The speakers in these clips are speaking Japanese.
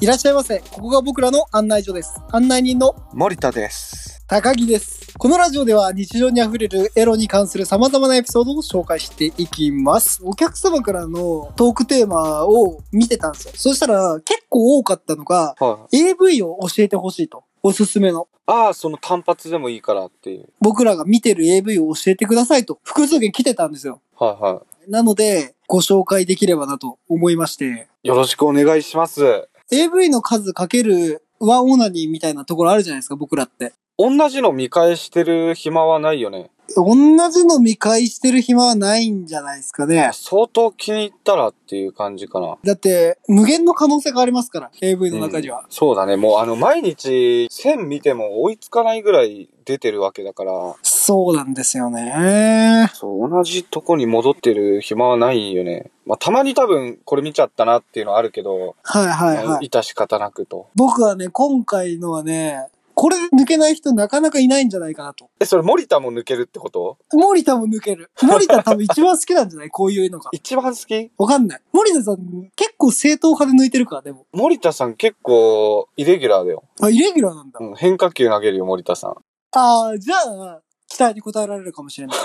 いらっしゃいませ。ここが僕らの案内所です。案内人の森田です。高木です。このラジオでは日常にあふれるエロに関する様々なエピソードを紹介していきます。お客様からのトークテーマを見てたんですよ。そしたら結構多かったのがはい。 AV を教えてほしいと。おすすめの。ああ、その単発でもいいからっていう。僕らが見てる AV を教えてくださいと。複数件来てたんですよ。はいはなのでご紹介できればなと思いまして。い。よろしくお願いします。 AV の数かけるワンオナニーみたいなところあるじゃないですか、僕らって。同じの見返してる暇はないよね。同じの見返してる暇はないんじゃないですかね。相当気に入ったらっていう感じかな。だって、無限の可能性がありますから、AV の中には。そうだね。もうあの、毎日1000見ても追いつかないぐらい出てるわけだから、そうなんですよね。そう、同じとこに戻ってる暇はないよね。まあ、たまに多分これ見ちゃったなっていうのはあるけど、はいはいまはあい。致し方なくと。僕はね、今回のはね、これ抜けない人なかなかいないんじゃないかなと。え、それ森田も抜けるってこと森田も抜ける。森田多分一番好きなん じゃないこういうのが。一番好きわかんない。森田さん、結構正統派で抜いてるから、でも。森田さん結構イレギュラーだよ。あ、イレギュラーなんだ。うん、変化球投げるよ、森田さん。ああ、じゃあ、期待に応えられるかもし れない。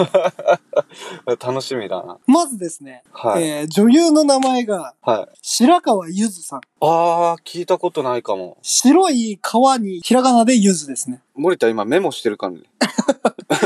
楽しみだな。まずですね、はい。えー女優の名前が、はい。白川ゆずさん。あー、聞いたことないかも。白い川にひらがなでゆずですね。森田今メモしてるからね。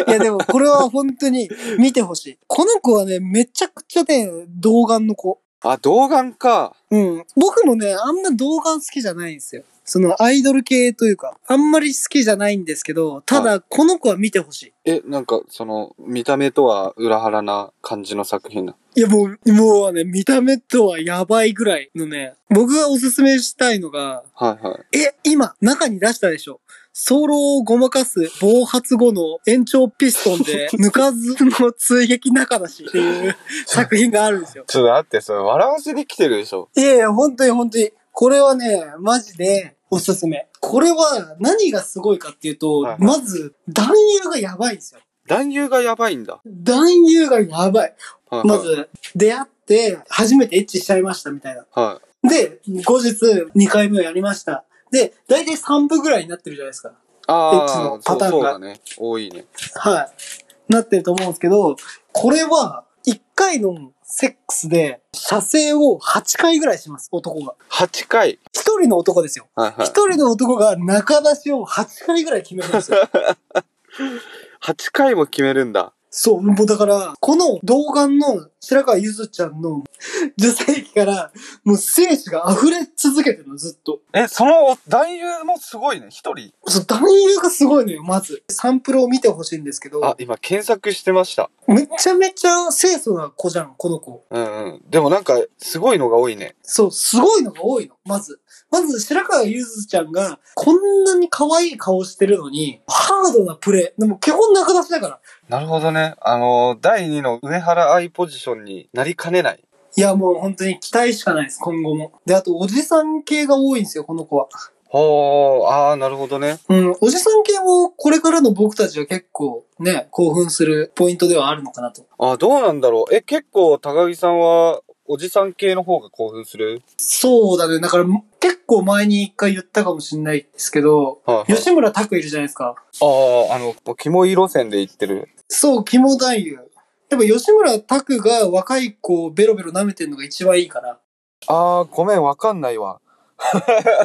いやでもこれは本当に見てほしい。この子はね、めちゃくちゃね、童顔の子。あ、童顔か。うん。僕もね、あんま童顔好きじゃないんですよ。そのアイドル系というか、あんまり好きじゃないんですけど、ただこの子は見てほしえ、なんか、その、見た目とは裏腹な感じの作品だ。い。いやもう、もうね、見た目とはやばいぐらいのね、僕がおすすめしたいのが、はいはい。え、今、中に出したでしょ。ソロをごまかす暴発後の延長ピストンで、抜かずの追撃仲出しって いう作品があるんですよ。ちょっと待って、それ笑わせに来てるでしょ。いやいや、本当に本当に。これはね、マジでおすすめ。これは何がすごいかっていうと、はいはいまず、男優がやばいんですよ。男優がやばいんだ。男優がやばい。はい、はい。ま。ず、出会って、初めてエッチしちゃいましたみたいな。はで、後日、2回目をやりました。で、大体3分ぐらいになってるじゃないですか。い。エッチあのー、パそうターンがそうだね。多いね。はい。なってると思うんですけど、これは、1回のセックスで、射精を8回ぐらいします、男が。 8回。 1人の男ですよ。はいはい一。人の男が中出しを8回ぐらい決めるんです よ。 8回も決めるんだ。そう、もうだから、この童顔の白川ゆずちゃんの女性器から、もう精子が溢れ続けてるの、ずっと。え、その、男優もすごいね。一人。そう、男優がすごいのよ、まず。サンプルを見てほしいんですけあど、、今検索してました。めちゃめちゃ清楚な子じゃん、この子。うんうん。でもなんか、すごいのが多いね。そう、すごいのが多いの、まず。まず、白川ゆずちゃんが、こんなに可愛い顔してるのに、ハードなプレイ。でも、基本中出しだから。なるほどね。あの、第2の上原愛ポジションになりかねない。いや、もう本当に期待しかないです、今後も。で、あと、おじさん系が多いんですよ、この子は。ほー、あー、なるほどね。うん、おじさん系も、これからの僕たちは結構、ね、興奮するポイントではあるのかなと。あ、どうなんだろう。え、結構、高木さんは、おじさん系の方が興奮するそうだね、だから、結構前に一回言ったかもしれないですけど、はい、はい。吉村拓いるじゃないですか。あー、あの、キモい路線で行ってる。そう、肝太夫。やっぱ吉村拓が若い子をベロベロ舐めてるのが一番いいから。あー、ごめん、わかんないわ。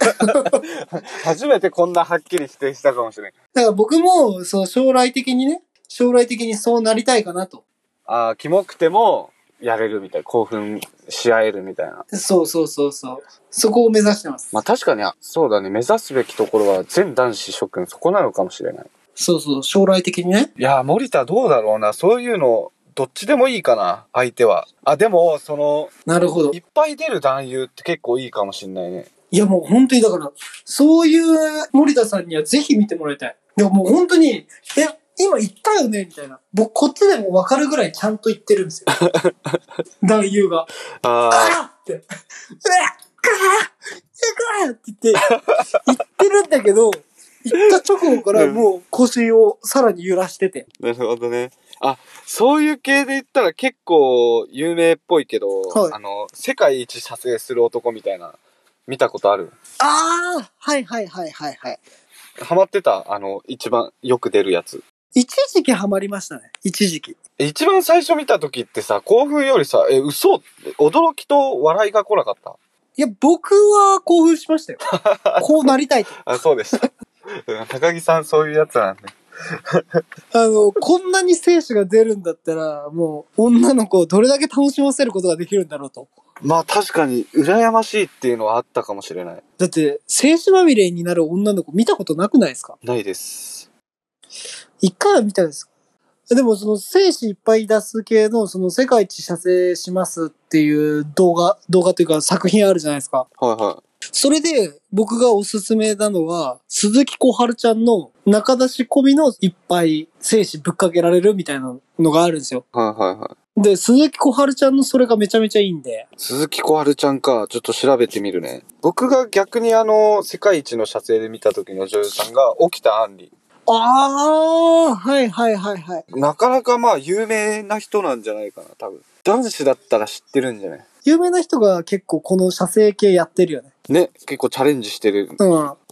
初めてこんなはっきり否定したかもしれん。だから僕も、そう、将来的にね、将来的にそうなりたいかなと。あー、キモくても、やれるみたい。興奮し合えるみたいな。そうそうそうそう。そこを目指してます。まあ確かに、そうだね。目指すべきところは、全男子諸君、そこなのかもしれない。そうそう、将来的にね。いやー、森田どうだろうな。そういうの、どっちでもいいかな、相手は。あ、でも、その、なるほどい。っぱい出る男優って結構いいかもしんないね。いやもう本当にだから、そういう森田さんにはぜひ見てもらいたい。でももう本当に、え、今言ったよねみたいな。僕こっちでもわかるぐらいちゃんと言ってるんですよ。男優が。ああーって。うわっかーうわっって言って、言ってるんだけど、言った直後からもう腰をさらに揺らしてて。ー、なるほどね。あ、そういう系で言ったら結構有名っぽいけど、はいあの、世界一射精する男みたいな見たことあるああはいはいはいはいはい。ハマってたあの、一番よく出るやつ。一時期ハマりましたね。一時期。え一番最初見た時ってさ、興奮よりさ、え、嘘って驚きと笑いが来なかった。いや、僕は興奮しま したよ。こうなりたいと。あ、そうで した。うん高木さんそういうやつなんで。あの、こんなに精子が出るんだったら、もう、女の子をどれだけ楽しませることができるんだろうと。まあ確かに、羨ましいっていうのはあったかもしれない。だって、精子まみれになる女の子見たことなくないですかないです。一回は見たんですよでも、その、精子いっぱい出す系の、その、世界一射精しますっていう動画、動画というか作品あるじゃないですか。はいはそれで、僕がおすすめなのは、鈴木小春ちゃんの中出し込みのいっぱい精子ぶっかけられるみたいなのがあるんですよ。い。はいはいはい。で、鈴木小春ちゃんのそれがめちゃめちゃいいんで。鈴木小春ちゃんか、ちょっと調べてみるね。僕が逆にあの、世界一の写生で見た時の女優さんが、沖田杏里。ああ、はいはいはいはい。なかなかまあ、有名な人なんじゃないかな、多分。男子だったら知ってるんじゃない有名な人が結構この写生系やってるよね。ね、結構チャレンジしてる。うん。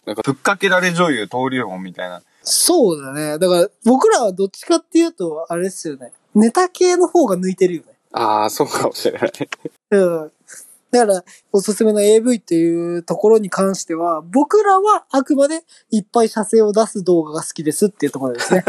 なんか、ぶっかけられ女優登竜門みたいな。そうだね。だから僕らはどっちかっていうと、あれですよね。ネタ系の方が抜いてるよね。ああ、そうかもしれない。うん。だから、おすすめの AV っていうところに関しては、僕らはあくまでいっぱい写生を出す動画が好きですっていうところですね。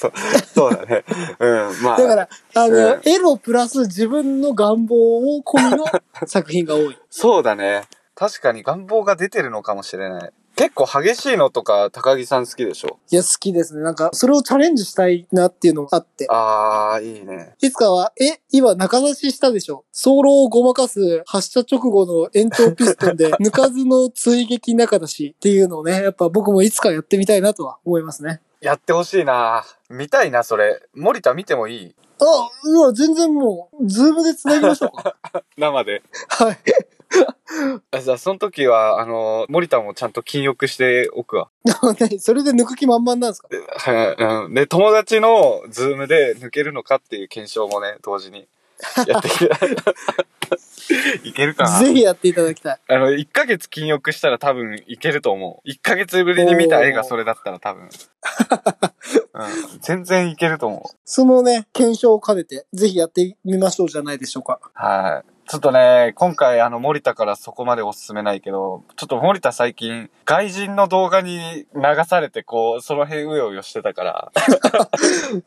そう そうだね。うん、まあ。だから、あの、うんエロプラス自分の願望を込みの作品が多い。そうだね。確かに願望が出てるのかもしれない。結構激しいのとか、高木さん好きでしょいや、好きですね。なんか、それをチャレンジしたいなっていうのもあって。ああ、いいね。いつかは、え、今中出ししたでしょ早漏をごまかす発射直後の延長ピストン で、抜かずの追撃中出しっていうのをね、やっぱ僕もいつかやってみたいなとは思いますね。やってほしいな見たいな、それ。森田見てもいいあ、うわ、全然もう、ズームで繋ぎましょうか。生で。 はい。あじゃあ、その時は、あの、森田もちゃんと禁欲しておくわ。でもねそれで抜く気満々なんですかはい、うん。で、友達のズームで抜けるのかっていう検証もね、同時にやっていきた い。いけるか なぜひやっていただきたい。あの、1ヶ月禁欲したら多分いけると思う。1ヶ月ぶりに見た絵がそれだったら多分。うん、全然いけると思う。そのね、検証を兼ねて、ぜひやってみましょうじゃないでしょうか。はい。ちょっとね、今回あの森田からそこまでおすすめないけど、ちょっと森田最近外人の動画に流されてこう、その辺うようよしてたから。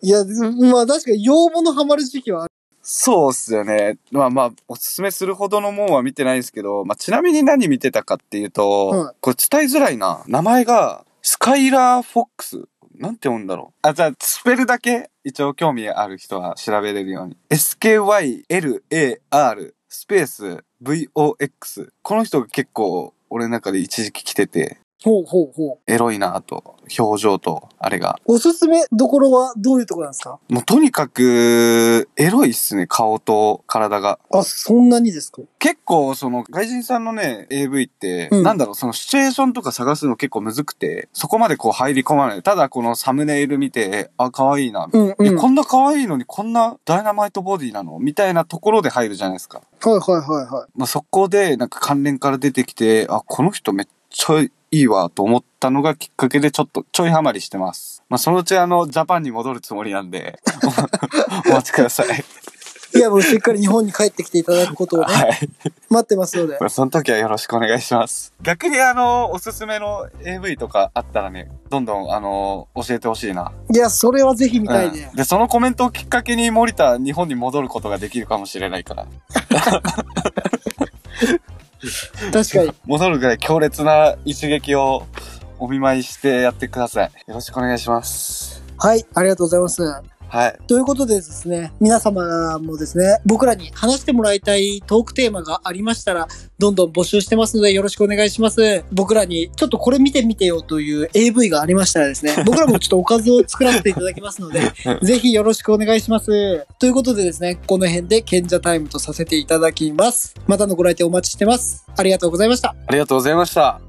いや、まあ確かに洋物ハマる時期はある。そうっすよね。まあまあ、おすすめするほどのもんは見てないんですけど、まあちなみに何見てたかっていうと、はいこれ伝えづらいな。名前が、スカイラー・フォックス。なんて読んだろう。あ、じゃあ、スペルだけ、一応興味ある人は調べれるように。SKYLAR、スペース、VOX。この人が結構、俺の中で一時期来てて、ほうほうほエロいなと、表情と、あれが。う。おすすめどころはどういうところなんですかもうとにかく、エロいっすね、顔と体が。あ、そんなにですか結構、その、外人さんのね、AV って、うんなんだろう、そのシチュエーションとか探すの結構むずくて、そこまでこう入り込まない。ただ、このサムネイル見て、あ、可愛いな。うんうえん。こんな可愛いのにこんなダイナマイトボディなのみたいなところで入るじゃないですか。はいはいはいはい。まあ、そこで、なんか関連から出てきて、あ、この人めっちゃいいわ、と思ったのがきっかけで、ちょっと、ちょいハマりしてます。まあ、そのうちあの、ジャパンに戻るつもりなんで、 おお待ちくださ い。いや、もうしっかり日本に帰ってきていただくことをね、はい。待ってますので。その時はよろしくお願いします。逆にあの、おすすめの AV とかあったらね、どんどんあの、教えてほしいな。いや、それはぜひ見たいねうん。で、そのコメントをきっかけに森田、日本に戻ることができるかもしれないから。確かに。戻るぐらい強烈な一撃をお見舞いしてやってください。よろしくお願いします。はい、ありがとうございます。はい。ということでですね、皆様もですね、僕らに話してもらいたいトークテーマがありましたら、どんどん募集してますのでよろしくお願いします。僕らにちょっとこれ見てみてよという AV がありましたらですね、僕らもちょっとおかずを作らせていただきますので、ぜひよろしくお願いします。ということでですね、この辺で賢者タイムとさせていただきます。またのご来店お待ちしてます。ありがとうございました。ありがとうございました。